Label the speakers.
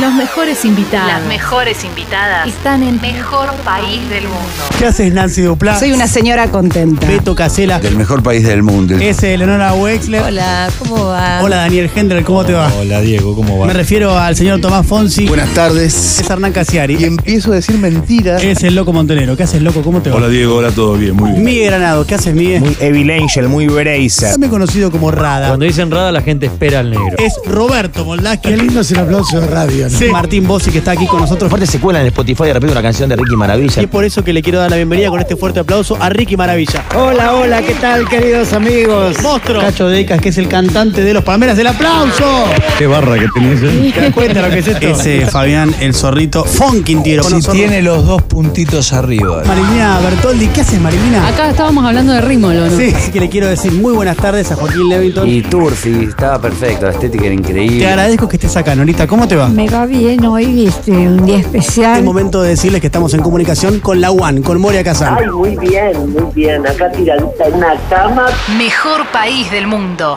Speaker 1: Los mejores invitados.
Speaker 2: Las mejores invitadas.
Speaker 1: Están en
Speaker 2: Mejor país del mundo.
Speaker 3: ¿Qué haces, Nancy Duplá?
Speaker 4: Soy una señora contenta.
Speaker 3: Beto Casela.
Speaker 5: Del mejor país del mundo.
Speaker 3: Es Eleonora Wexler.
Speaker 4: Hola, ¿cómo va?
Speaker 3: Hola, Daniel Hendler, ¿cómo te va?
Speaker 6: Hola Diego, ¿cómo
Speaker 3: Me
Speaker 6: va?
Speaker 3: refiero al señor Tomás Fonsi.
Speaker 5: Buenas tardes.
Speaker 3: Es Hernán Casiari.
Speaker 5: Y empiezo a decir mentiras.
Speaker 3: Es el loco Montonero. ¿Qué haces, loco? ¿Cómo te va?
Speaker 6: Hola Diego, hola todo bien, muy bien.
Speaker 3: Miguel Granado. ¿Qué haces, Miguel?
Speaker 7: Muy Evil Angel, muy Bracer.
Speaker 3: También conocido como Rada.
Speaker 8: Cuando dicen Rada, la gente espera al negro.
Speaker 3: Es Roberto Moldaski.
Speaker 9: Qué lindo es el aplauso de radio. ¿no?
Speaker 3: Sí. Martín Bossi, que está aquí con nosotros.
Speaker 7: Aparte se cuela en Spotify de repente una canción de Ricky
Speaker 3: Y
Speaker 7: Maravilla.
Speaker 3: es por eso que le quiero dar la bienvenida con este fuerte aplauso a Ricky Maravilla.
Speaker 10: Hola, hola, ¿qué tal, queridos amigos?
Speaker 3: Monstruo. Cacho Decas, que es el cantante de Los Palmeras. ¡El aplauso!
Speaker 6: Qué barra que tenés. eh.
Speaker 3: ¿Te das cuenta lo que es esto? Ese Fabián, el zorrito. Fon Quintiero.
Speaker 5: Si tiene los dos puntitos arriba.
Speaker 3: Marilina Bertoldi. ¿Qué haces, Marilina?
Speaker 4: Acá estábamos hablando de Rímolo, ¿no?
Speaker 3: Sí, así que le quiero decir muy buenas tardes a Joaquín Levington.
Speaker 11: Y Turfi, estaba perfecto, la estética era
Speaker 3: Te
Speaker 11: increíble.
Speaker 3: agradezco que estés acá, Norita. ¿Cómo te va?
Speaker 10: Me va bien hoy, este, un día
Speaker 3: Es
Speaker 10: especial.
Speaker 3: momento de decirles que estamos en comunicación con la UAN, con Moria Casán.
Speaker 9: Ay, muy bien, muy bien. Acá tiradita en una cama.
Speaker 2: Mejor país del mundo.